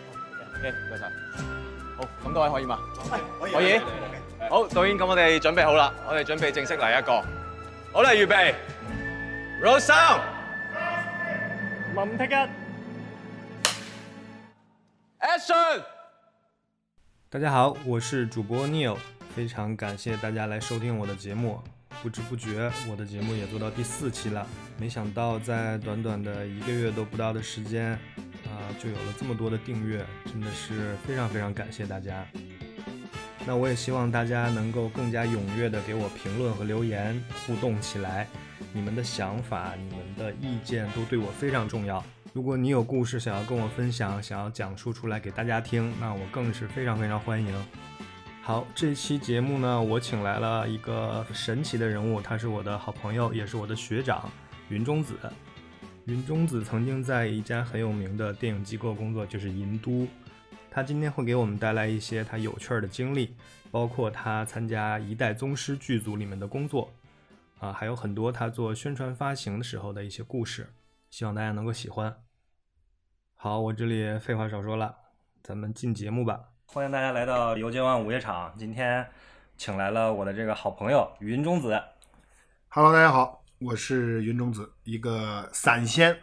OK，唔該晒。好，咁多位可以嘛？可可以。好，導演，咁我哋準備好啦，我哋準備正式嚟一個。好啦，預備，roll sound。林剔一， Action！大家好，我是主播 Neil，非常感谢大家来收听我的节目。不知不觉，我的节目也做到第四期了。没想到在短短的一个月都不到的时间，啊、就有了这么多的订阅，真的是非常非常感谢大家。那我也希望大家能够更加踊跃的给我评论和留言，互动起来。你们的想法、你们的意见都对我非常重要。如果你有故事想要跟我分享，想要讲述出来给大家听，那我更是非常非常欢迎。好，这期节目呢，我请来了一个神奇的人物，他是我的好朋友，也是我的学长云中子。云中子曾经在一家很有名的电影机构工作，就是银都。他今天会给我们带来一些他有趣儿的经历，包括他参加《一代宗师》剧组里面的工作，啊，还有很多他做宣传发行的时候的一些故事，希望大家能够喜欢。好，我这里废话少说了，咱们进节目吧。欢迎大家来到游街湾午夜场。今天请来了我的这个好朋友云中子， Hello，大家好，我是云中子，一个散仙。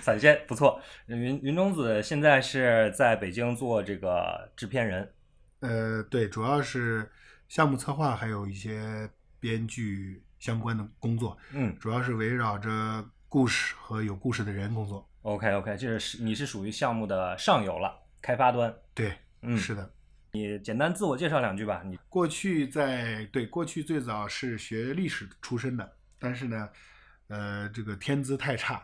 散仙不错。云云中子现在是在北京做这个制片人，呃，对，主要是项目策划，还有一些编剧相关的工作，嗯主要是围绕着故事和有故事的人工作。 ，OK OK，这是你是属于项目的上游了，开发端。对，嗯，是的。你简单自我介绍两句吧。你过去在对过去最早是学历史出身的，但是呢，呃，这个天资太差，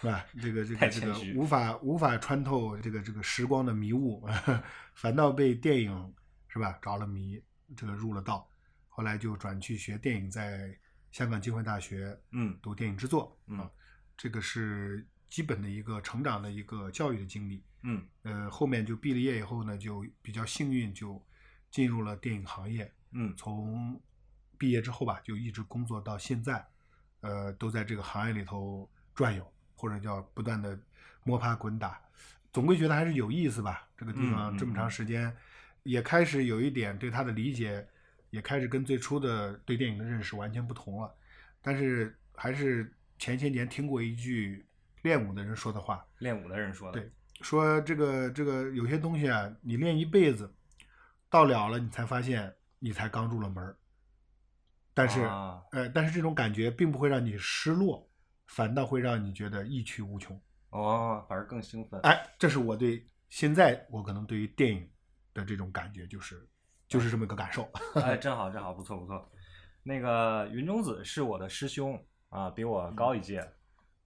是吧？这个这太个这谦个虚无法无法穿透这个这个时光的迷雾， 反倒被电影是吧着了迷，这个入了道，后来就转去学电影，在香港浸会大学嗯读电影制作，嗯啊，这个是基本的一个成长的一个教育的经历。嗯呃，后面就毕了业以后呢，就比较幸运，就进入了电影行业。嗯从毕业之后吧，就一直工作到现在，呃，都在这个行业里头转悠，或者叫不断的摸爬滚打，总归觉得还是有意思吧。这个地嗯嗯方这么嗯长时间，也开始有一点对它的理解，也开始跟最初的对电影的认识完全不同了。但是还是前些年听过一句练武的人说的话，练武的人说的。对说这个这个有些东西啊，你练一辈子，到了了你才发现你才刚入了门儿，但是、啊呃，但是这种感觉并不会让你失落，反倒会让你觉得意趣无穷。哦，反而更兴奋。哎，这是我对现在我可能对于电影的这种感觉，就是就是这么一个感受。哎，真好，真好，不错，不错。那个云中子是我的师兄啊，比我高一届，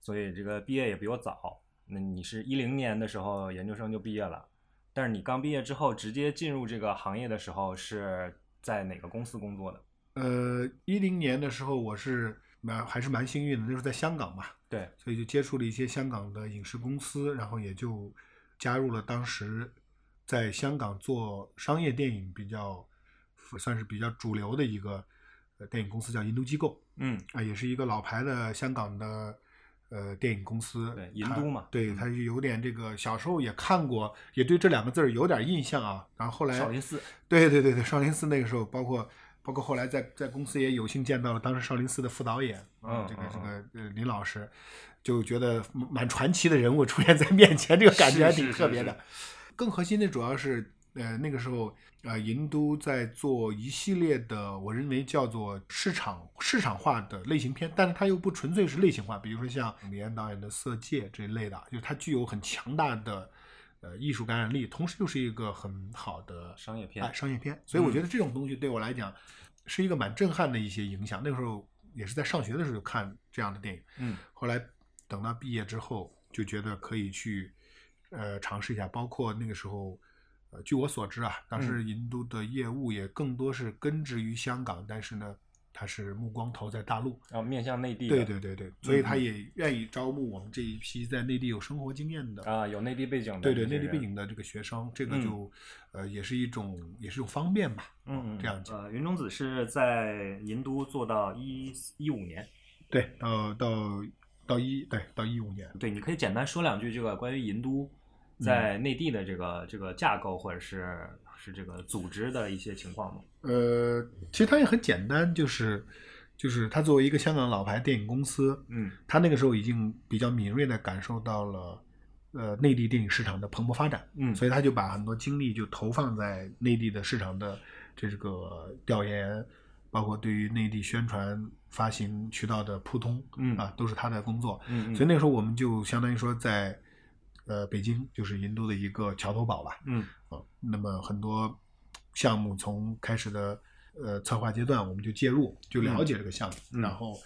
所以这个毕业也比我早。那你是一零年的时候研究生就毕业了，但是你刚毕业之后直接进入这个行业的时候是在哪个公司工作的？呃，一零年的时候我是蛮还是蛮幸运的，那时候在香港嘛，对，所以就接触了一些香港的影视公司，然后也就加入了当时在香港做商业电影比较算是比较主流的一个呃电影公司，叫银都机构嗯，啊、也是一个老牌的香港的呃电影公司。对银它都嘛对，嗯它就有点这个小时候也看过，也对这两个字儿有点印象啊。然后后来少林寺。对对对对，少林寺那个时候，包括包括后来在在公司也有幸见到了当时少林寺的副导演，嗯这个嗯这嗯个呃林老师，就觉得蛮蛮传奇的人物出现在面前，这个感觉还是挺是特是别是的。更核心的主要是，呃，那个时候呃，银都在做一系列的，我认为叫做市场市场化的类型片，但是它又不纯粹是类型化，比如说像李安导演的《色戒》这一类的，就是它具有很强大的。呃，艺术感染力，同时又是一个很好的商业片哎，商业片。所以我嗯觉得这种东西对我来讲是一个蛮震撼的一些影响。那个时候也是在上学的时候就看这样的电影，嗯后来等到毕业之后就觉得可以去呃尝试一下，包括那个时候。呃，据我所知啊，当时嗯银都的业务也更多是根植于香港，但是呢，它是目光投在大陆，然后面向内地的。对对对对，所以它嗯也愿意招募我们这一批在内地有生活经验的啊，有内地背景的。对对，内地背。景的这个学生，这个嗯就、呃也是一种也是一种方便吧，嗯嗯，这样讲。呃，云中子是在银都做到一一五年。对，到到到一对到一五年，对，你可以简单说两句这个关于银都在内地的这个这个架构或者是是这个组织的一些情况吗？呃，其实它也很简单，就是就是它作为一个香港老牌电影公司，嗯它那个时候已经比较敏锐地感受到了呃内地电影市场的蓬勃发展，嗯所以他就把很多精力就投放在内地的市场的这个调研，包括对于内地宣传发行渠道的铺通，嗯啊，都是他的工作。嗯所以以那个时候我们就相当于说在呃北京就是银都的一个桥头堡吧，嗯啊，那么很多项目从开始的呃策划阶段，我们就介入，就了解这个项目，嗯然后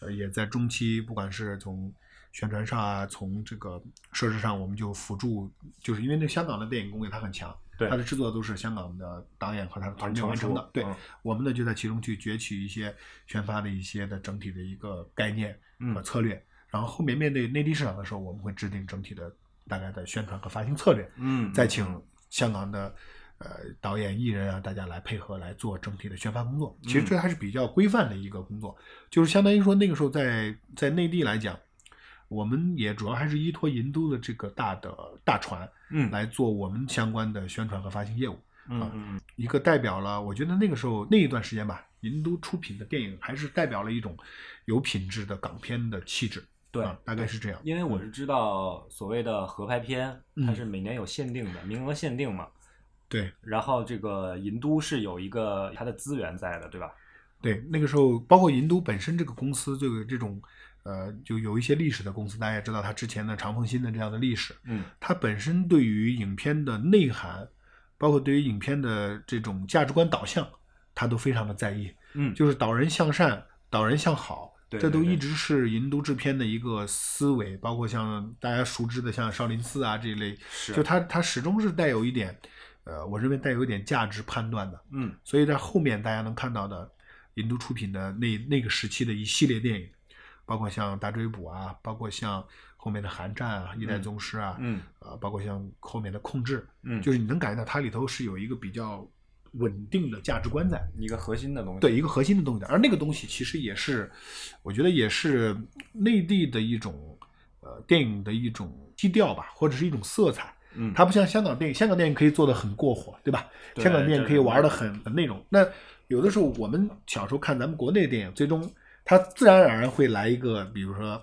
呃也在中期，不管是从宣传上啊，从这个设置上，我们就辅助，就是因为那香港的电影工业它很强，对它的制作都是香港的导演和他的团队完成的，对，嗯我们呢就在其中去攫取一些宣发的一些的整体的一个概念嗯和策略，然后后面面对内地市场的时候，我们会制定整体的大概的宣传和发行策略，嗯再请香港的呃导演、艺人啊，大家来配合来做整体的宣发工作。嗯其实这还是比较规范的一个工作，就是相当于说那个时候在在内地来讲，我们也主要还是依托银都的这个大的大船嗯来啊做我们相关的宣传和发行业务。嗯嗯一个代表了，我觉得那个时候那一段时间吧，银都出品的电影还是代表了一种有品质的港片的气质。对啊，大概是这样。因为我是知道所谓的合拍片，嗯它是每年有限定的，名额限定嘛。对然后这个银都是有一个它的资源在的，对吧？对，那个时候包括银都本身这个公司，这个这种呃，就有一些历史的公司，大家也知道它之前的长风新的这样的历史，嗯它本身对于影片的内涵，包括对于影片的这种价值观导向，它都非常的在意，嗯就是导人向善，导人向好。对这对都对一直是银都制片的一个思维，包括像大家熟知的像少林寺啊这一类，是就它它始终是带有一点，呃，我认为带有一点价值判断的。嗯所以在后面大家能看到的银都出品的那那个时期的一系列电影，包括像《大追捕》啊，包括像后面的《寒战》啊，《一代宗师》啊，嗯呃，包括像后面的《控制》，嗯，就是是你能感觉到它里头是有一个比较稳定的价值观在，一个核心的东西。对一个核心的东西在，而那个东西其实也是，我觉得也是内地的一种呃电影的一种基调吧，或者是一种色彩。嗯，它不像香港电影，香港电影可以做的很过火，对吧？对香港电影可以玩的很对很那种。那有的时候我们小时候看咱们国内的电影，最终它自然而然会来一个，比如说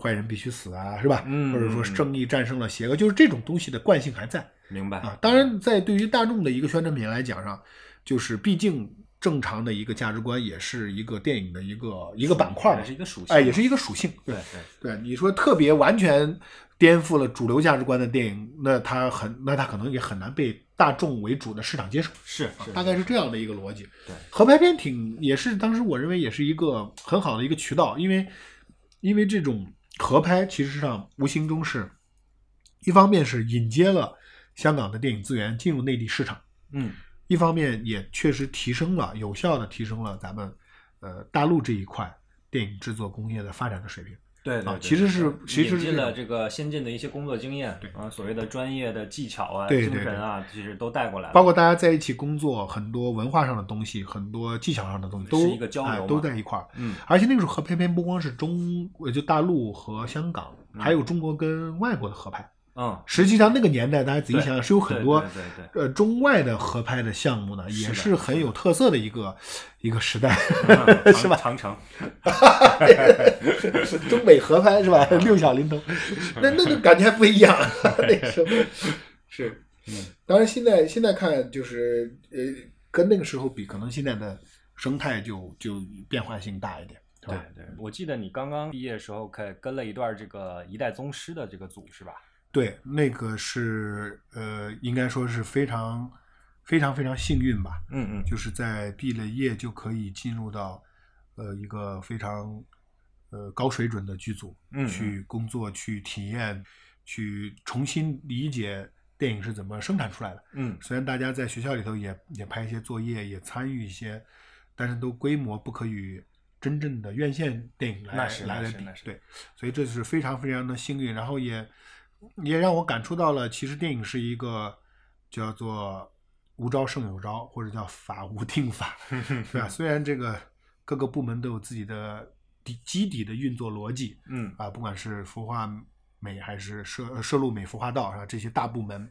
坏人必须死啊，是吧？嗯或者说正义战胜了邪恶，就是这种东西的惯性还在明白啊。当，然，在对于大众的一个宣传品来讲上，就是毕竟正常的一个价值观，也是一个电影的一个一个板块也吧是，一个属性，哎，也是一个属性，对对，对，你说特别完全颠覆了主流价值观的电影，那它很，那它可能也很难被大众为主的市场接受，是啊是，大概是这样的一个逻辑。对合拍片挺也是当时我认为也是一个很好的一个渠道，因为因为这种合拍其实上无形中是，一方面是引接了香港的电影资源进入内地市场，嗯一方面也确实提升了，有效的提升了咱们呃大陆这一块电影制作工业的发展的水平。对对啊对，其实是对其实是引进这了种这个先进的一些工作经验，对啊，所谓的专业的技巧啊、对精对神啊，其实都带过来了，包括大家在一起工作，很多文化上的东西，很多技巧上的东西，都是一个交流嘛哎，都在一块儿。嗯而且那个时候合拍片不光是中，呃就大陆和香港，还有中国跟外国的合拍。嗯，实际上那个年代，大家仔细想想，是有很多对对对呃中外的合拍的项目呢，是也的是很有特色的一个一个时代， 对嗯是吧？长城， 中美合拍是吧？六小龄童，那那个感觉还不一 样，那时候是。当然，现在现在看就是呃，跟那个时候比，可能现在的生态就就变化性大一点，是对吧？对，我记得你刚刚毕业的时候，可跟了一段这个一代宗师的这个组是吧？对，那个是呃，应该说是非常非常非常幸运吧，嗯嗯，就是在毕了业就可以进入到呃一个非常呃高水准的剧组，嗯嗯去工作、去体验、去重新理解电影是怎么生产出来的。嗯虽然大家在学校里头也也拍一些作业，也参与一些，但是都规模不可与真正的院线电影来那是来那的是比那。是对，所以这是非常非常的幸运，然后也也让我感触到了，其实电影是一个叫做无招胜有招，或者叫法无定法，嗯是 吧？虽然这个各个部门都有自己的底基底的运作逻辑，嗯啊，不管是孵化美还是摄呃摄入美服化道啊这些大部门。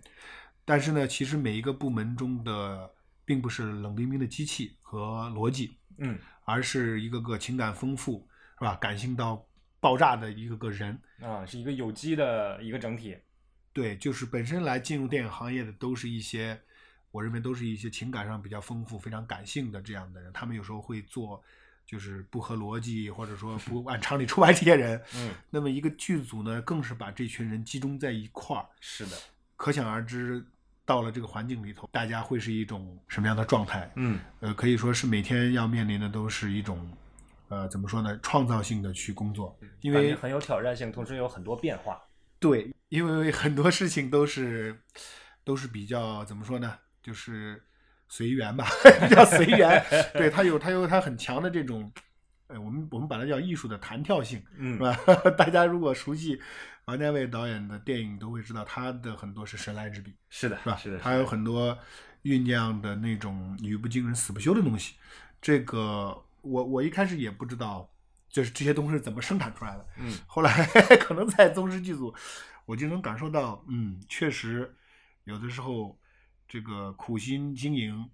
但是呢，其实每一个部门中的并不是冷冰冰的机器和逻辑，嗯，而是一个个情感丰富，是吧？感性到爆炸的一个个人。啊，是一个有机的一个整体。对，就是本身来进入电影行业的都是一些，我认为都是一些情感上比较丰富、非常感性的这样的人，他们有时候会做就是不合逻辑，或者说不按常理出牌这些人。嗯，那么一个剧组呢，更是把这群人集中在一块儿，是的。可想而知，到了这个环境里头，大家会是一种什么样的状态？嗯呃，可以说是每天要面临的都是一种，呃，怎么说呢，创造性的去工作，因嗯感觉为很有挑战性，同时有很多变化。对，因为很多事情都是都是比较怎么说呢，就是随缘吧， 比较随缘。对，它有它有它很强的这种，呃，我们我们把它叫艺术的弹跳性，嗯是吧？ 大家如果熟悉王家卫导演的电影，都会知道他的很多是神来之笔，是的是吧？是的，他有很多酝酿的那种语不惊人死不休的东西。这个我我一开始也不知道，就是这些东西是怎么生产出来的。嗯，后来 可能在宗师剧组，我就能感受到，嗯，确实有的时候这个苦心经营，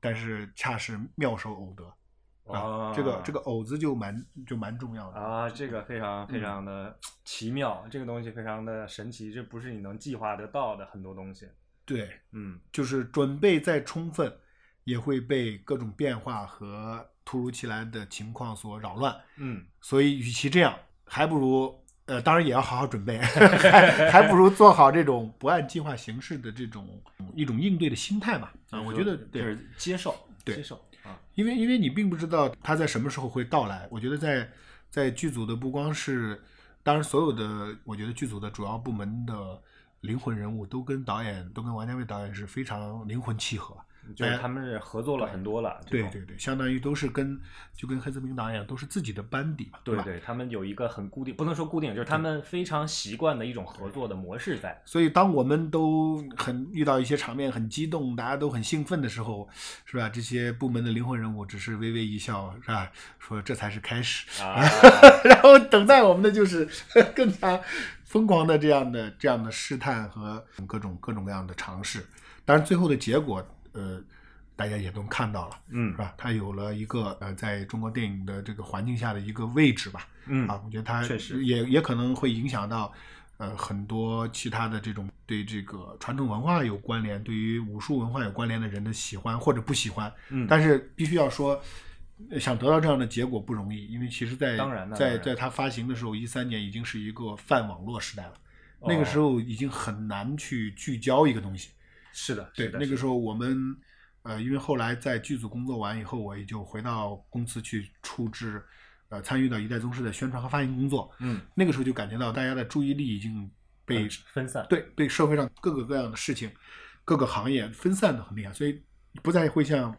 但是恰是妙手偶得哦啊。这个这个偶字就蛮就蛮重要的。啊，这个非常嗯非常的奇妙，这个东西非常的神奇，这不是你能计划得到的很多东西。对，嗯，就是准备再充分，也会被各种变化和突如其来的情况所扰乱。嗯，所以，与其这样，还不如呃，当然也要好好准备， 还还不如做好这种不按计划行事的这种一种应对的心态吧。啊，我觉得就对，是接受，对接受啊，因为因为你并不知道它在什么时候会到来。我觉得在在剧组的不光是，当然所有的，我觉得剧组的主要部门的灵魂人物都跟导演都跟王家卫导演是非常灵魂契合。就是他们是合作了很多了，这哎对种对对，相当于都是跟就跟黑泽明导演都是自己的班底嘛，对吧？对，他们有一个很固定，不能说固定，就是他们非常习惯的一种合作的模式在。所以当我们都很遇到一些场面很激动，大家都很兴奋的时候，是吧？这些部门的灵魂人物只是微微一笑，是吧？说这才是开始， 啊，然后等待我们的就是 更加疯狂的这样的这样的试探和各种各种各样的尝试。当然，最后的结果，呃，大家也都看到了，嗯是吧？它有了一个呃，在中国电影的这个环境下的一个位置吧。嗯啊，我觉得它确实也也可能会影响到，呃，很多其他的这种对这个传统文化有关联、对于武术文化有关联的人的喜欢或者不喜欢。嗯，但是必须要说，呃想得到这样的结果不容易，因为其实在，当然了当在然在它发行的时候，一三年已经是一个泛网络时代了，哦那个时候已经很难去聚焦一个东西。是的，对是，的那是个的时候我们，呃，因为后来在剧组工作完以后，我也就回到公司去处置，呃，参与到一代宗师的宣传和发行工作。嗯，那个时候就感觉到大家的注意力已经被、很分散，对被社会上各个各样的事情、各个行业分散的很厉害，所以不再会像，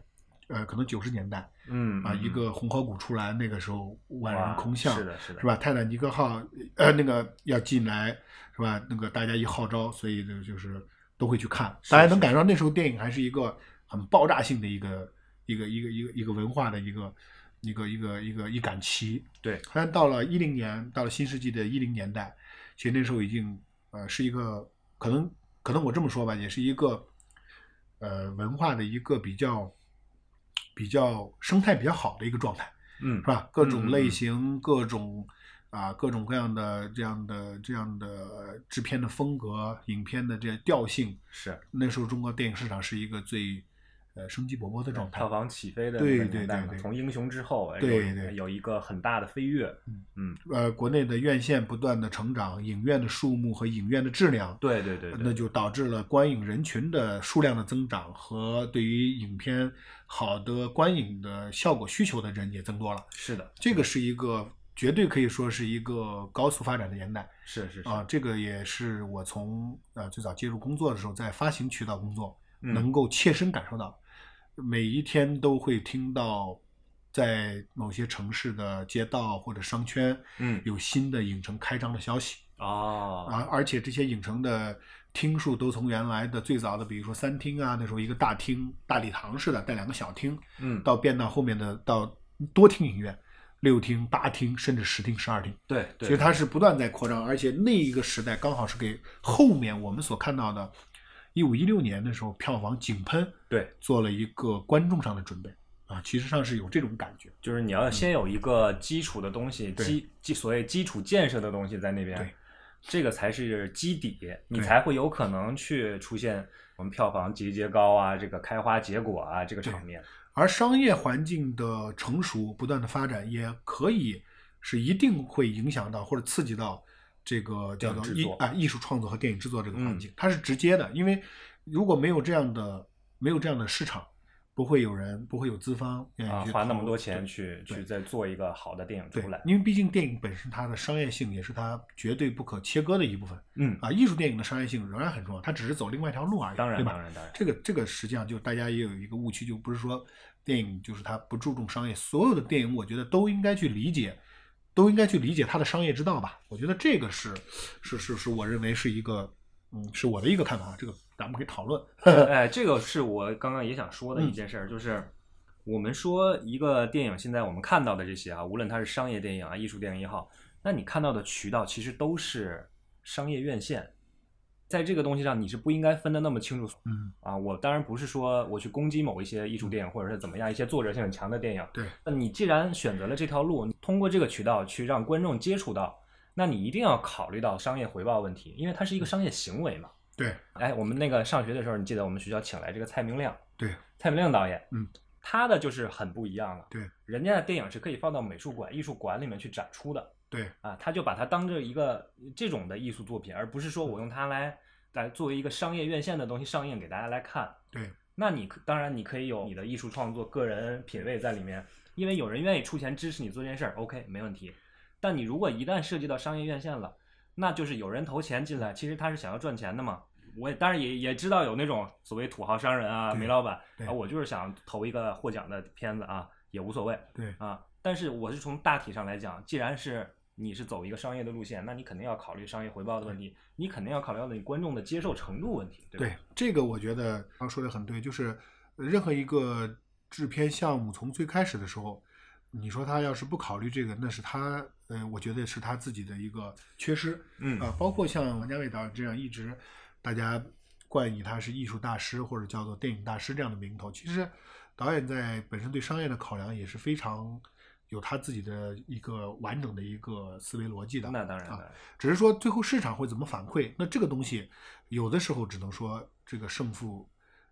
呃，可能九十年代嗯啊、一个红河谷出来，那个时候万人空巷，是的，是的，是吧？泰坦尼克号呃那个要进来是吧？那个大家一号召，所以呢就是都会去看。是大家能感受到那时候电影还是一个很爆炸性的一个一个一个一个一个文化的一个一个一个一个一杆旗。对，好像到了一零年，到了新世纪的一零年代，其实那时候已经呃是一个可能可能我这么说吧，也是一个呃文化的一个比较比较生态比较好的一个状态。嗯是，吧？各嗯嗯种类嗯型、各种啊、各种各样的这样的这样的呃制片的风格、影片的这调性，是那时候中国电影市场是一个最呃生机勃勃的状态票。房起飞的对那个对年代对嘛，对从英雄之后，哎对有对有一个很大的飞跃，呃，国内的院线不断的成长，影院的数目和影院的质量，对对对对，那就导致了观影人群的数量的增长和对于影片好的观影的效果需求的人也增多了。是的，这个是一个绝对可以说是一个高速发展的年代。是是是，啊，这个也是我从呃最早接触工作的时候，在发行渠道工作，嗯能够切身感受到，每一天都会听到，在某些城市的街道或者商圈，嗯有新的影城开张的消息哦，啊，而且这些影城的厅数都从原来的最早的，比如说三厅啊，那时候一个大厅大礼堂似的，带两个小厅，嗯，到变到后面的到多厅影院，六厅、八厅，甚至十厅、十二厅。对其对实它是不断在扩张，而且那一个时代刚好是给后面我们所看到的，一五一六年的时候票房井喷对，做了一个观众上的准备啊，其实上是有这种感觉。就是你要先有一个基础的东西，嗯对基基所谓基础建设的东西在那边对，这个才是基底，你对才会有可能去出现我们票房节节高啊，这个开花结果啊，这个场面。而商业环境的成熟、不断的发展，也可以是一定会影响到或者刺激到这个叫做电影制艺作啊艺术创作和电影制作这个环嗯境，它是直接的。因为如果没有这样的没有这样的市场，不会有人不会有资方愿啊哎意去，花那么投多对钱去对去再做一个好的电影对出来，，因为毕竟电影本身它的商业性也是它绝对不可切割的一部分嗯，啊。艺术电影的商业性仍然很重要，它只是走另外一条路而已，当然对吧当？然当然，这个这个实际上就大家也有一个误区，就不是说电影就是它不注重商业，所有的电影我觉得都应该去理解，都应该去理解它的商业之道吧。我觉得这个是是是是我认为是一个嗯是我的一个看法，这个咱们可以讨论。哎，这个是我刚刚也想说的一件事儿，就是我们说一个电影，现在我们看到的这些啊，无论它是商业电影啊、艺术电影也好，那你看到的渠道其实都是商业院线，在这个东西上你是不应该分的那么清楚嗯，啊。我当然不是说我去攻击某一些艺术电影，或者是怎么样一些作者性很强的电影，对，那你既然选择了这条路，你通过这个渠道去让观众接触到，那你一定要考虑到商业回报问题，因为它是一个商业行为嘛。嗯对，哎，我们那个上学的时候，你记得我们学校请来这个蔡明亮，对，蔡明亮导演，嗯，他的就是很不一样了，对，人家的电影是可以放到美术馆、艺术馆里面去展出的，对，啊，他就把它当着一个这种的艺术作品，而不是说我用它来来作为一个商业院线的东西上映给大家来看，对，那你可当然你可以有你的艺术创作、个人品味在里面，因为有人愿意出钱支持你做这件事儿，OK 没问题，但你如果一旦涉及到商业院线了，那就是有人投钱进来，其实他是想要赚钱的嘛。我也当然也也知道有那种所谓土豪商人啊、对煤老板对啊，我就是想投一个获奖的片子啊，也无所谓对啊。但是我是从大体上来讲，既然是你是走一个商业的路线，那你肯定要考虑商业回报的问题，你肯定要考虑到你观众的接受程度问题，对吧？对，这个我觉得刚说的很对，就是呃任何一个制片项目从最开始的时候，你说他要是不考虑这个，那是他呃，我觉得是他自己的一个缺失。嗯啊，包括像王家卫导演这样一直大家冠以他是艺术大师或者叫做电影大师这样的名头，其实导演在本身对商业的考量也是非常。有他自己的一个完整的一个思维逻辑的，那当然啊了，只是说最后市场会怎么反馈，那这个东西有的时候只能说这个胜负，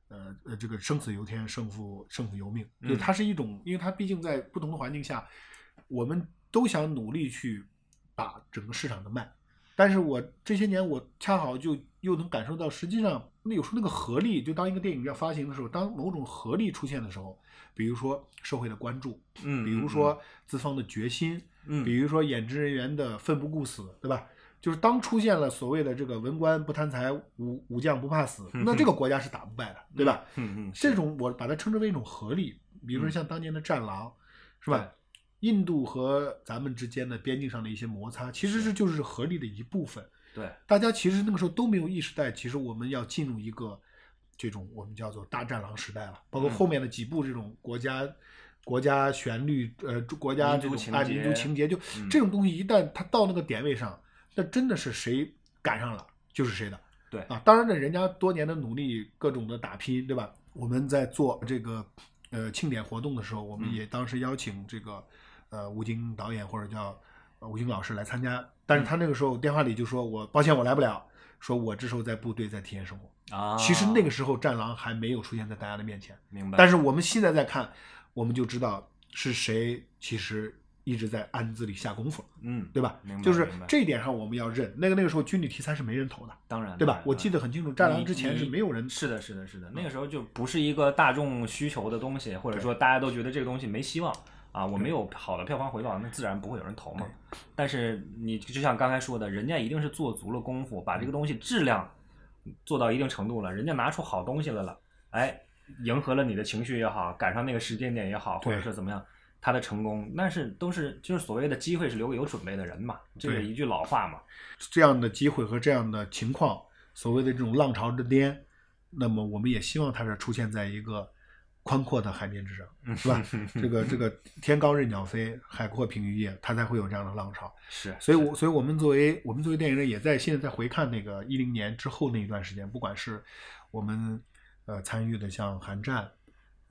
呃呃，这个生死由天，胜负胜负由命，嗯就是它是一种，因为它毕竟在不同的环境下，我们都想努力去把整个市场的卖，但是我这些年我恰好就又能感受到，实际上那有时候那个合力，就当一个电影要发行的时候，当某种合力出现的时候，比如说社会的关注，嗯，比如说资方的决心。嗯，嗯，比如说演职人员的奋不顾死，对吧？就是当出现了所谓的这个文官不贪财，武武将不怕死，嗯那这个国家是打不败的，对吧？嗯嗯，这种我把它称之为一种合力，比如说嗯像当年的战狼，是吧？印度和咱们之间的边境上的一些摩擦，其实是是就是合力的一部分。对，大家其实那个时候都没有意识到，其实我们要进入一个这种我们叫做大战狼时代了，包括嗯后面的几部这种国家、国家旋律呃国家民这族种情啊节民族情节，就、嗯这种东西一旦它到那个点位上，那真的是谁赶上了就是谁的。对啊，当然了，人家多年的努力，各种的打拼，对吧？我们在做这个呃庆典活动的时候，我们嗯也当时邀请这个呃吴京导演或者叫呃吴京老师来参加，但嗯是他那个时候电话里就说我抱歉我来不了，说我这时候在部队在体验生活。啊，其实那个时候战狼还没有出现在大家的面前，明白，但是我们现在再看，我们就知道是谁其实一直在暗自里下功夫，嗯，对吧明白？就是明白这一点上我们要认。那个那个时候军旅题材是没人投的，当然对当吧？然我当记然得很清楚，战狼你之前是你没有人嗯是的，是的，是的，那个时候就不是一个大众需求的东西，或者对说大家都觉得这个东西没希望啊，我对没有好的票房回报，那自然不会有人投嘛。但是你就像刚才说的，人家一定是做足了功夫，把这个嗯东西质量做到一定程度了，人家拿出好东西来了，哎，迎合了你的情绪也好，赶上那个时间点也好，或者对是怎么样。他的成功，那是都是就是所谓的机会是留给有准备的人嘛，这是对一句老话嘛。这样的机会和这样的情况，所谓的这种浪潮之巅，那么我们也希望它是出现在一个宽阔的海面之 上，是吧？这个这个天高任鸟飞，海阔凭鱼跃，它才会有这样的浪潮。是，所以我，所以我们作为我们作为电影人，也在现在在回看那个一零年之后那一段时间，不管是我们呃参与的像韩战，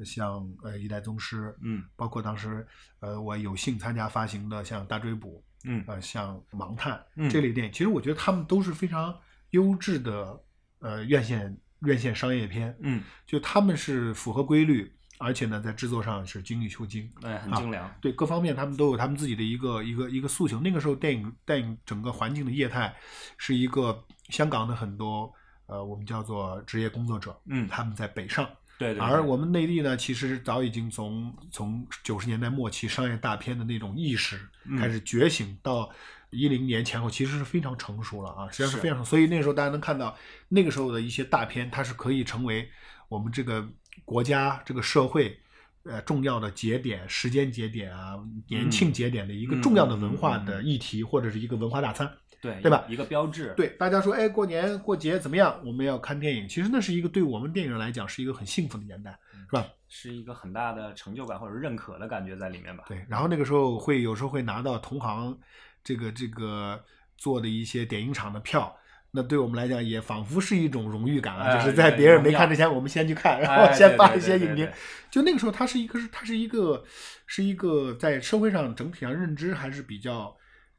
像呃一代宗师，嗯包括当时呃我有幸参加发行的像大追捕，嗯呃像盲探嗯这类电影，其实我觉得他们都是非常优质的呃院线院线商业片，嗯，就他们是符合规律，而且呢在制作上是精益求精，哎，很啊精良，对各方面他们都有他们自己的一个一个一个诉求。那个时候电影电影整个环境的业态是一个香港的很多呃我们叫做职业工作者，嗯，他们在北上，对对，而对我们内地呢，其实早已经从从九十年代末期商业大片的那种意识嗯开始觉醒，到一零年前后其实是非常成熟了啊，实际上是是非常，所以那时候大家能看到那个时候的一些大片，它是可以成为我们这个国家这个社会。呃，重要的节点、时间节点啊，年庆节点的一个嗯重要的文化嗯嗯嗯的议题，或者是一个文化大餐。对对吧一个标志，对，大家说，哎，过年过节怎么样？我们要看电影。其实那是一个对我们电影人来讲是一个很幸福的年代，是吧？是一个很大的成就感或者认可的感觉在里面吧。 对，然后那个时候会有时候会拿到同行这个这个做的一些点映场的票，那对我们来讲也仿佛是一种荣誉感啊，哎就是在对别人没荣耀看之前，我们先去看，然哎，后先对发对一些对影对评。就那个时候，它是一个是它是一个是一个在社会上整体上认知还是比较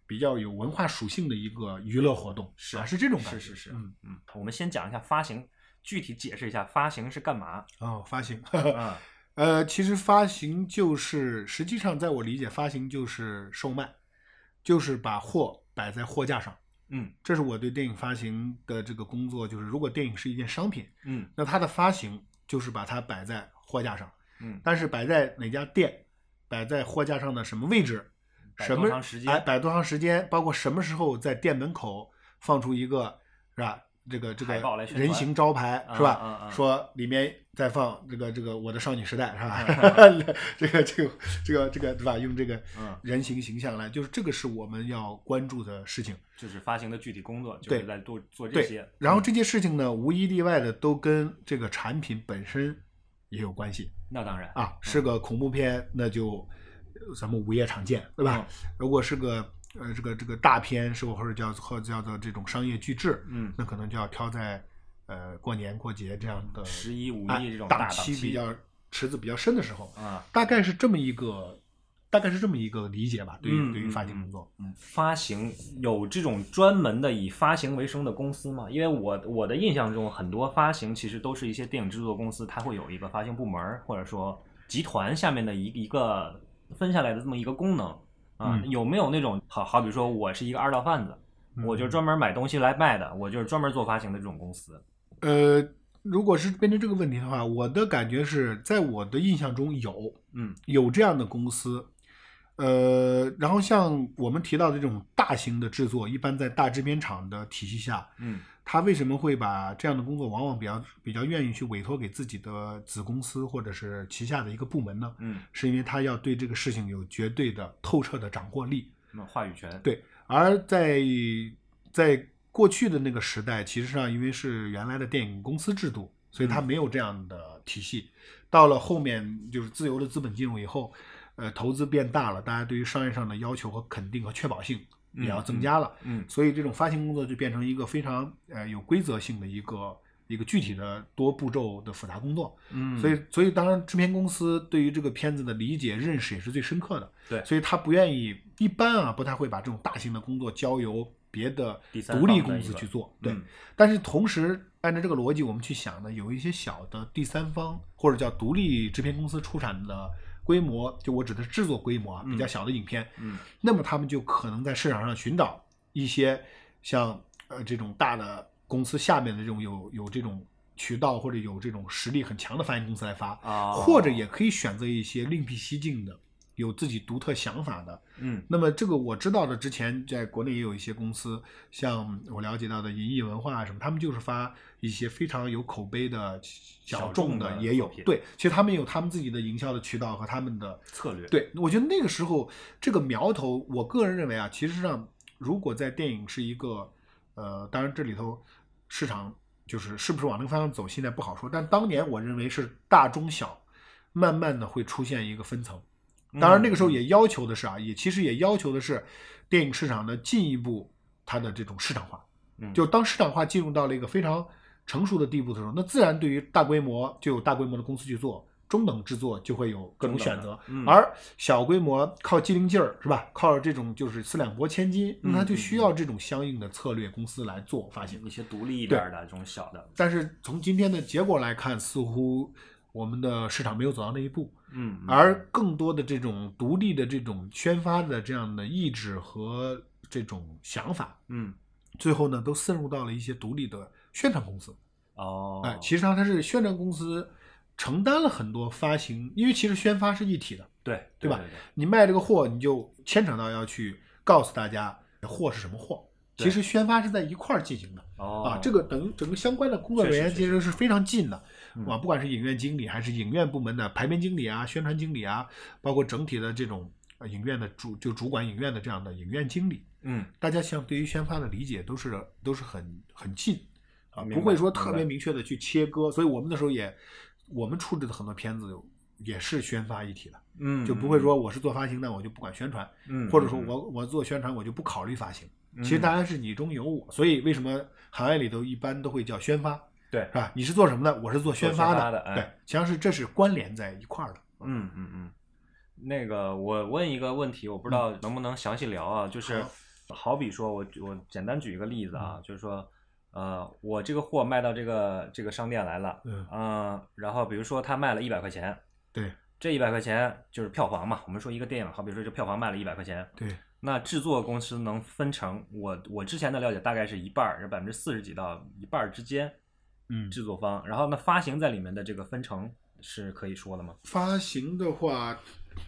比较有文化属性的一个娱乐活动，是啊，是这种感觉，是是是，嗯，嗯，我们先讲一下发行，具体解释一下发行是干嘛。哦，发行， 嗯，呃，其实发行就是，实际上在我理解，发行就是售卖，就是把货摆在货架上。嗯这是我对电影发行的这个工作，就是如果电影是一件商品，嗯那它的发行就是把它摆在货架上，嗯，但是摆在哪家店，摆在货架上的什么位置，摆什多么长时间哎，摆多长时间，包括什么时候在店门口放出一个是吧？这个这个海报来宣传人形招牌啊是吧？啊啊说里面再放这个这个我的少女时代 是吧？这个这个这个这个对吧？用这个嗯人形形象来，就是这个是我们要关注的事情。就是发行的具体工作，就对是在做做这对些。，然后这些事情呢，无一例外的都跟这个产品本身也有关系那当然，啊。是个恐怖片，那就呃咱们午夜场见，对嗯吧？如果是个呃这个这个大片，是或者叫或者叫做这种商业巨制，嗯，那可能就要挑在呃过年过节这样的十一五啊一这种大档期比较池子比较深的时候，啊，大概是这么一个大概是这么一个理解吧。对于嗯对于嗯发行嗯工作，嗯，发行有这种专门的以发行为生的公司吗？因为我我的印象中，很多发行其实都是一些电影制作公司，它会有一个发行部门儿，或者说集团下面的一一个分下来的这么一个功能啊。嗯有没有那种好好比说，我是一个二道贩子，我嗯就专门买东西来卖的，我就是专门做发行的这种公司。呃，如果是面对这个问题的话，我的感觉是在我的印象中有嗯有这样的公司，呃，然后像我们提到的这种大型的制作，一般在大制片厂的体系下，嗯他为什么会把这样的工作往往比较比较愿意去委托给自己的子公司或者是旗下的一个部门呢？嗯，是因为他要对这个事情有绝对的透彻的掌握力，那么话语权对而在在过去的那个时代，其实上因为是原来的电影公司制度，所以它没有这样的体系。到了后面就是自由的资本进入以后，呃，投资变大了，大家对于商业上的要求和肯定和确保性也要增加了，嗯所以这种发行工作就变成一个非常呃有规则性的一个一个具体的多步骤的复杂工作。嗯，所以，所以当然，制片公司对于这个片子的理解、认识也是最深刻的。对所以他不愿意，一般啊不太会把这种大型的工作交由别的第三独立方的公一司个去做。对，嗯但是同时按照这个逻辑，我们去想呢，有一些小的第三方或者叫独立制片公司出产的规模，就我指的是制作规模啊，比较嗯小的影片，嗯那么他们就可能在市场上寻找一些像呃这种大的公司下面的这种有有这种渠道或者有这种实力很强的发行公司来发，啊，或者也可以选择一些另辟蹊径的、有自己独特想法的。嗯那么这个我知道的，之前在国内也有一些公司，像我了解到的银翼文化啊什么，他们就是发一些非常有口碑的小小众众的的也有作。品对，其实他们有他们自己的营销的渠道和他们的策略对，我觉得那个时候这个苗头，我个人认为啊，其实上如果在电影是一个，呃，当然这里头市场就是是不是往那个方向走，现在不好说。但当年我认为是大中小慢慢的会出现一个分层。当然，那嗯个时候也要求的是啊，也其实也要求的是电影市场的进一步它的这种市场化。嗯就当市场化进入到了一个非常成熟的地步的时候，那自然对于大规模就有大规模的公司去做，中等制作就会有各种中等选的择，嗯而小规模靠机灵劲儿是吧？靠这种就是四两拨千斤，那它嗯就需要这种相应的策略公司来做发行。一些独立一点的这种小的，但是从今天的结果来看，似乎我们的市场没有走到那一步。嗯，嗯而更多的这种独立的这种宣发的这样的意志和这种想法，嗯最后呢都渗入到了一些独立的宣传公司。哦，哎，其实上它是宣传公司承担了很多发行，因为其实宣发是一体的，对对吧对你卖这个货，你就牵扯到要去告诉大家货是什么货。对其实宣发是在一块儿进行的哦啊，这个等于整个相关的工作确实人员确其实是非常近的嗯啊，不管是影院经理还是影院部门的排片经理啊、宣传经理啊，包括整体的这种呃影院的主就主管影院的这样的影院经理，嗯大家像对于宣发的理解都是都是很很近啊，明白不会说特别明白明确的去切割，所以我们那时候也我们处置的很多片子也是宣发一体的，嗯就不会说我是做发行的，我就不管宣传，嗯，或者说嗯我我做宣传我就不考虑发行。其实大家是你中有我，所以为什么行业里头一般都会叫宣发，对是，吧？你是做什么的？我是做宣发做宣发的哎对，实际上是这是关联在一块儿的。嗯嗯嗯，那个我问一个问题，我不知道嗯能不能详细聊啊，就是好比说我我简单举一个例子嗯啊，就是说呃，我这个货卖到这个这个商店来了，嗯，嗯，然后比如说他卖了一百块钱，对这一百块钱就是票房嘛，我们说一个电影，好比说这票房卖了一百块钱，对，那制作公司能分成我我之前的了解大概是一半儿，是百分之四十几到一半儿之间，嗯，制作方，然后那发行在里面的这个分成是可以说的吗？发行的话，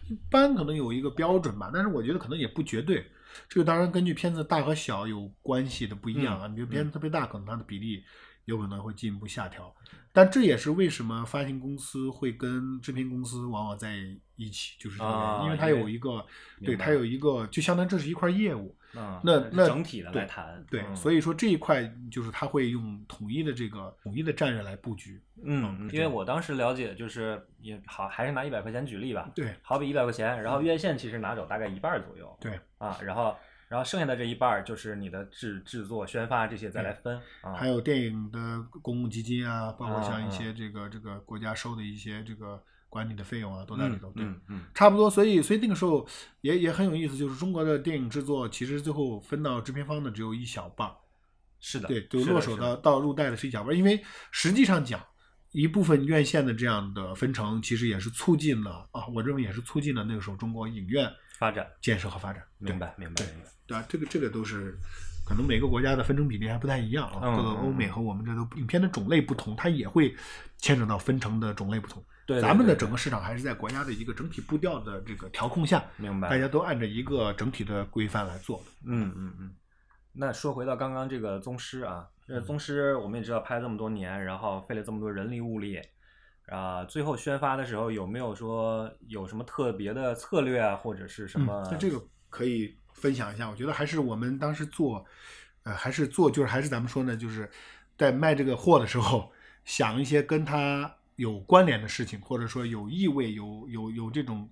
一般可能有一个标准吧，但是我觉得可能也不绝对。这个当然根据片子大和小有关系的不一样啊。嗯你比如片子特别大，可能它的比例有可能会进一步下调。嗯但这也是为什么发行公司会跟制片公司往往在一起，就是这个原因，啊因为它因为有一个，明对，白它有一个，就相当于这是一块业务，嗯，那是那整体的来对谈，对，嗯所以说这一块就是它会用统一的这个统一的战略来布局，嗯，嗯因为我当时了解就是也好，还是拿一百块钱举例吧，对好比一百块钱，然后院线其实拿走大概一半儿左右，嗯对。啊，然后然后剩下的这一半儿就是你的制制作、宣发这些再来分啊，还有电影的公共基金啊，包括像啊一些这个、这个国家收的一些这个管理的费用啊，都在里头。对，嗯嗯差不多。所以所以那个时候也也很有意思，就是中国的电影制作其实最后分到制片方的只有一小半儿，是的，对，就是的落手是到的到入袋的是一小半儿，因为实际上讲。一部分院线的这样的分成，其实也是促进了啊，我认为也是促进了那个时候中国影院发展，建设和发展。对明白明白对明白，对吧？这个这个都是可能每个国家的分成比例还不太一样啊，嗯各个欧美和我们这都影片的种类不同，它也会牵扯到分成的种类不同。对对咱们的对整个市场还是在国家的一个整体步调的这个调控下，明白，大家都按照一个整体的规范来做的。嗯嗯嗯，那说回到刚刚这个宗师啊，这嗯宗师我们也知道拍这么多年，然后费了这么多人力物力，啊、最后宣发的时候有没有说有什么特别的策略啊，或者是什么？那嗯这个可以分享一下，我觉得还是我们当时做，呃，还是做就是还是咱们说呢，就是在卖这个货的时候，想一些跟它有关联的事情，或者说有意味、有有有这种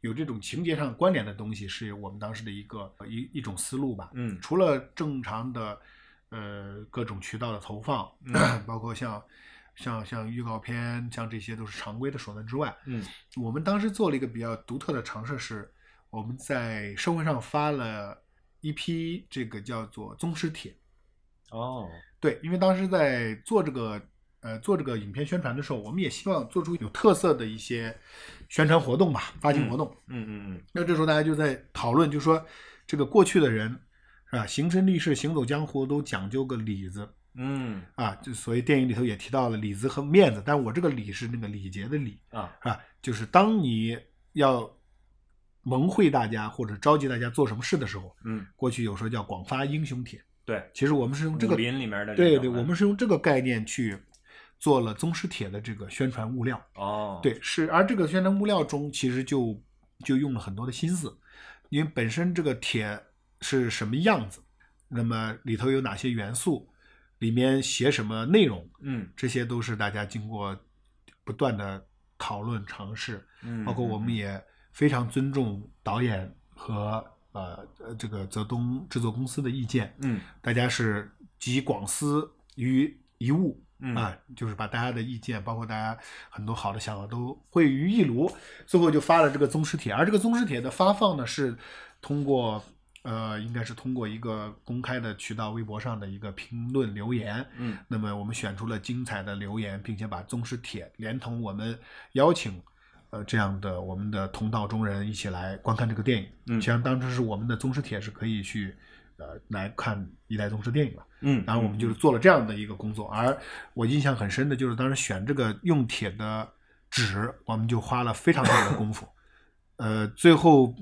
有这种情节上关联的东西，是我们当时的一个一一种思路吧。嗯除了正常的呃各种渠道的投放， 包括像像像预告片，像这些都是常规的手段之外，嗯我们当时做了一个比较独特的尝试是，我们在社会上发了一批这个叫做宗师帖。哦，对，因为当时在做这个呃做这个影片宣传的时候，我们也希望做出有特色的一些宣传活动吧，发行活动。嗯嗯嗯，那这时候大家就在讨论，就说这个过去的人是吧，行深立世、行走江湖都讲究个里子。嗯啊，就所以电影里头也提到了里子和面子，但我这个里是那个礼节的礼，啊，啊，就是当你要蒙会大家或者召集大家做什么事的时候，嗯，过去有时候叫广发英雄帖。对，其实我们是用这个武林里面的这对种对，啊我们是用这个概念去做了宗师帖的这个宣传物料。哦，，对，是，而这个宣传物料中其实就就用了很多的心思，因为本身这个帖是什么样子，那么里头有哪些元素，里面写什么内容，嗯这些都是大家经过不断的讨论尝试，嗯包括我们也非常尊重导演和呃呃这个泽东制作公司的意见，嗯大家是集广思于一物。嗯啊，就是把大家的意见，包括大家很多好的想法都汇于一炉，最后就发了这个宗师帖。而这个宗师帖的发放呢，是通过呃，应该是通过一个公开的渠道，微博上的一个评论留言。嗯，那么我们选出了精彩的留言，并且把宗师帖连同我们邀请。呃，这样的我们的同道中人一起来观看这个电影，嗯实际上当时是我们的宗师帖是可以去，呃，来看一代宗师电影了。嗯然后我们就是做了这样的一个工作。而我印象很深的就是当时选这个用铁的纸，我们就花了非常大的功夫。呃，最后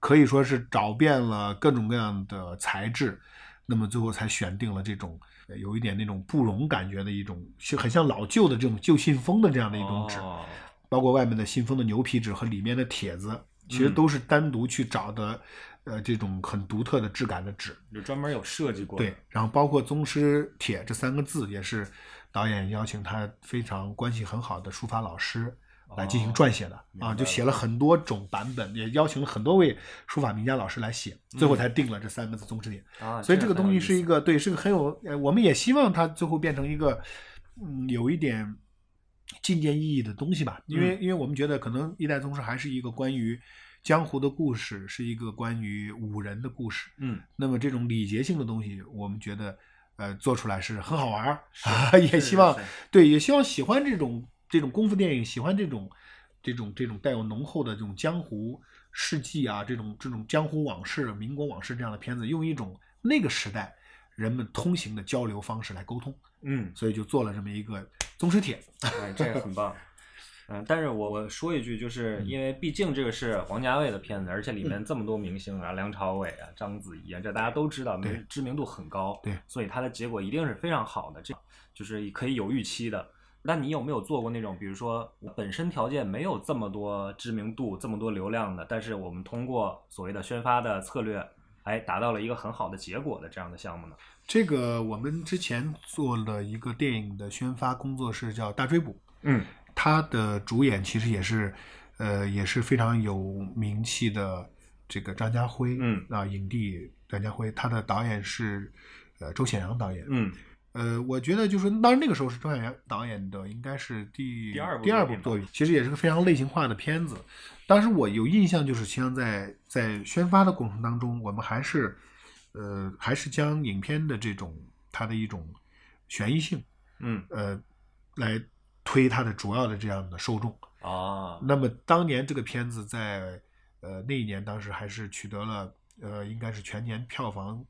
可以说是找遍了各种各样的材质，那么最后才选定了这种呃有一点那种布绒感觉的一种，是很像老旧的这种旧信封的这样的一种纸。哦包括外面的信封的牛皮纸和里面的帖子，其实嗯都是单独去找的，呃，这种很独特的质感的纸。就专门有设计过的。对，然后包括“宗师帖”这三个字，也是导演邀请他非常关系很好的书法老师来进行撰写的、哦明白啊，了就写了很多种版本，也邀请了很多位书法名家老师来写，最后才定了这三个字“宗师帖”嗯啊，所以这个东西是一个个对，是个很有，呃，我们也希望它最后变成一个，嗯，有一点借鉴意义的东西吧，因嗯为、因为我们觉得可能《一代宗师》还是一个关于江湖的故事，是一个关于武人的故事，嗯，那么这种礼节性的东西，我们觉得呃做出来是很好玩儿，啊、也希望是是对，也希望喜欢这种这种功夫电影，喜欢这种这种这种带有浓厚的这种江湖事迹啊，这种这种江湖往事、民国往事这样的片子，用一种那个时代人们通行的交流方式来沟通，嗯，所以就做了这么一个宗师帖。哎，这个很棒。嗯，但是我我说一句，就是因为毕竟这个是王家卫的片子，而且里面这么多明星啊，梁朝伟啊、章子怡啊，这大家都知道，对名知名度很高，对所以它的结果一定是非常好的，这就是可以有预期的。那你有没有做过那种，比如说我本身条件没有这么多知名度、这么多流量的，但是我们通过所谓的宣发的策略，哎，达到了一个很好的结果的这样的项目呢？这个我们之前做了一个电影的宣发工作室，叫《大追捕》。嗯，他的主演其实也是，呃，也是非常有名气的这个张家辉，嗯啊，影帝张家辉，他的导演是呃周显阳导演，嗯，呃，我觉得就是，当然那个时候是周显阳导演的，应该是第第二部第二作部品吧作品，其实也是个非常类型化的片子。当时我有印象，就是实际上在在宣发的过程当中，我们还是呃还是将影片的这种它的一种悬疑性，嗯，呃，来推它的主要的这样的受众。啊，那么当年这个片子在呃那一年，当时还是取得了呃应该是全年票房，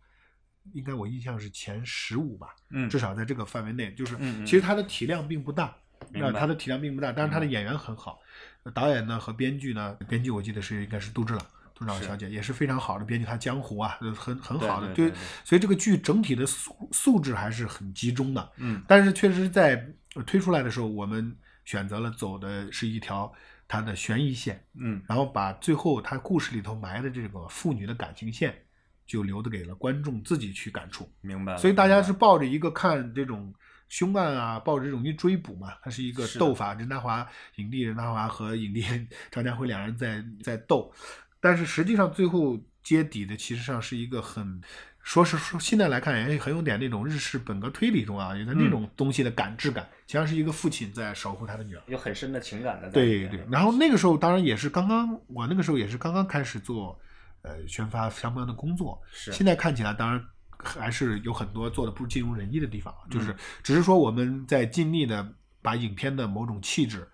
应该我印象是前十五吧，嗯至少在这个范围内，就是嗯嗯其实它的体量并不大，明那白嗯它的体量并不大，但是它的演员很好，呃导演呢和编剧呢，编剧我记得是应该是杜志朗。杜志朗是小姐也是非常好的编剧，她江湖啊，呃很很好的，对对对对所以这个剧整体的素素质还是很集中的。嗯但是确实在呃推出来的时候，我们选择了走的是一条它的悬疑线，嗯，然后把最后它故事里头埋的这个父女的感情线，就留的给了观众自己去感触。明白了。所以大家明白是抱着一个看这种凶案啊，抱着这种去追捕嘛，它是一个是的斗法。任达华影帝任达华和影帝 张家辉两人在在斗，但是实际上最后揭底的其实上是一个很。说是说，现在来看也很有点那种日式本格推理中啊，有点那种东西的感知感，其实上是一个父亲在守护他的女儿。有很深的情感的在里对面。对，然后那个时候当然也是刚刚，我那个时候也是刚刚开始做，呃，宣发相关的工作。是现在看起来，当然还是有很多做的不尽如人意的地方，啊嗯就是只是说我们在尽力的把影片的某种气质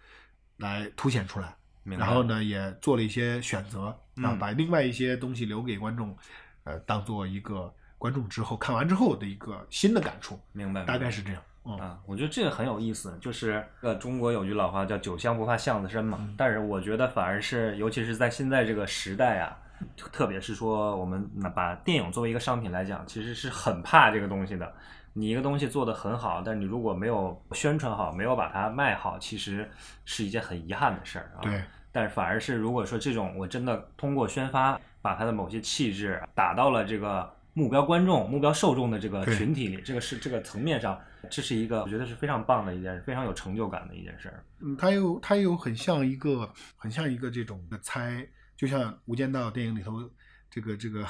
来凸显出来，明白嗯然后呢也做了一些选择，然后把另外一些东西留给观众，呃，当做一个观众之后看完之后的一个新的感触，明白，大概明是这样。嗯白啊，我觉得这个很有意思，就是呃，中国有句老话叫“酒香不怕巷子深”嘛，嗯但是我觉得反而是，尤其是在现在这个时代啊。特特别是说，我们拿把电影作为一个商品来讲，其实是很怕这个东西的。你一个东西做得很好，但你如果没有宣传好，没有把它卖好，其实是一件很遗憾的事儿啊。对，但反而是如果说这种我真的通过宣发把它的某些气质打到了这个目标观众、目标受众的这个对群体里，这个是这个层面上，这是一个我觉得是非常棒的一件事，非常有成就感的一件事儿。嗯，它又它又很像一个很像一个这种的猜，就像《无间道》电影里头这个这个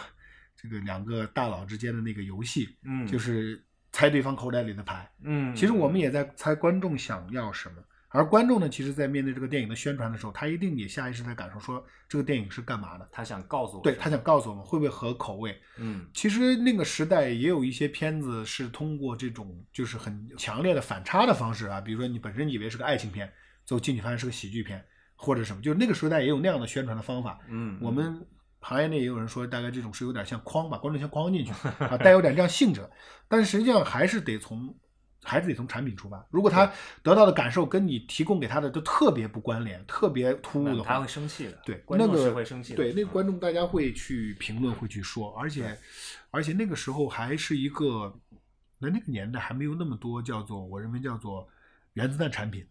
这个两个大佬之间的那个游戏，嗯，就是猜对方口袋里的牌。嗯，其实我们也在猜观众想要什么，而观众呢，其实在面对这个电影的宣传的时候，他一定也下意识在感受说这个电影是干嘛的，嗯他想告诉我，对他，想告诉我们会不会合口味。嗯其实那个时代也有一些片子是通过这种就是很强烈的反差的方式啊，比如说你本身以为是个爱情片，最后进去发现是个喜剧片或者什么，就是那个时代也有那样的宣传的方法。嗯，我们行业内也有人说，大概这种是有点像框，把观众先框进去啊，带有点这样性质。但实际上还是得从还是得从产品出发。如果他得到的感受跟你提供给他的都特别不关联、特别突兀那的他话会，生气的，对，观那众个是会生气的，对，那个嗯观众大家会去评论，会去说，而且而且那个时候还是一个，那那个年代还没有那么多叫做我认为叫做原子弹产品，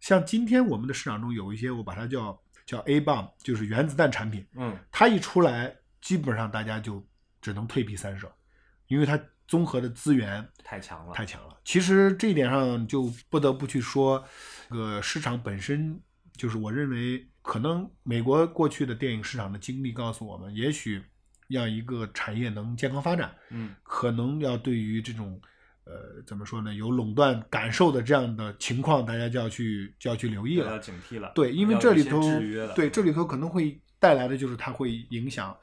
像今天我们的市场中有一些，我把它叫叫 A bomb，就是原子弹产品，嗯它一出来，基本上大家就只能退避三舍，因为它综合的资源太强了，太强了。其实这一点上就不得不去说，这个市场本身就是我认为，可能美国过去的电影市场的经历告诉我们，也许让一个产业能健康发展，嗯可能要对于这种。呃，怎么说呢？有垄断感受的这样的情况，大家就要去就要去留意要了。警惕了，对，因为要这有里些头制约了对这里头可能会带来的就是它会影响，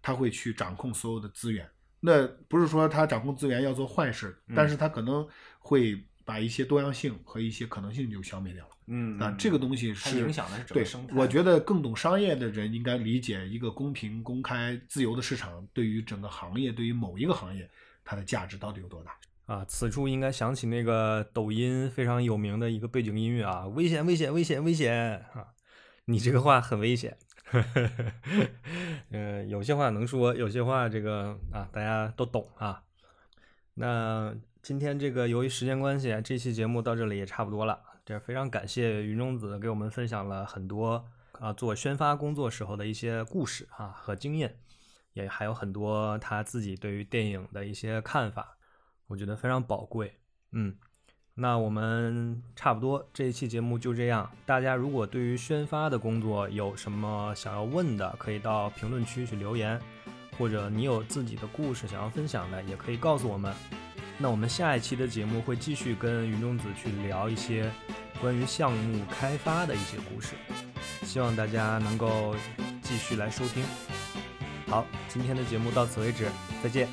它会去掌控所有的资源。那不是说它掌控资源要做坏事，但嗯是它可能会把一些多样性和一些可能性就消灭掉了。嗯，那啊这个东西它是影响的是整对个生，态，我觉得更懂商业的人应该理解一个公平、公开、自由的市场对于整个行业，对于某一个行业它的价值到底有多大。啊，此处应该想起那个抖音非常有名的一个背景音乐啊，危险，危险，危险，危险啊！你这个话很危险。呃，有些话能说，有些话这个啊，大家都懂啊。那今天这个由于时间关系，啊这期节目到这里也差不多了。这非常感谢云中子给我们分享了很多啊做宣发工作时候的一些故事啊和经验，也还有很多他自己对于电影的一些看法。我觉得非常宝贵。嗯，那我们差不多这一期节目就这样。大家如果对于宣发的工作有什么想要问的，可以到评论区去留言，或者你有自己的故事想要分享的，也可以告诉我们。那我们下一期的节目会继续跟云中子去聊一些关于项目开发的一些故事，希望大家能够继续来收听。好，今天的节目到此为止，再见。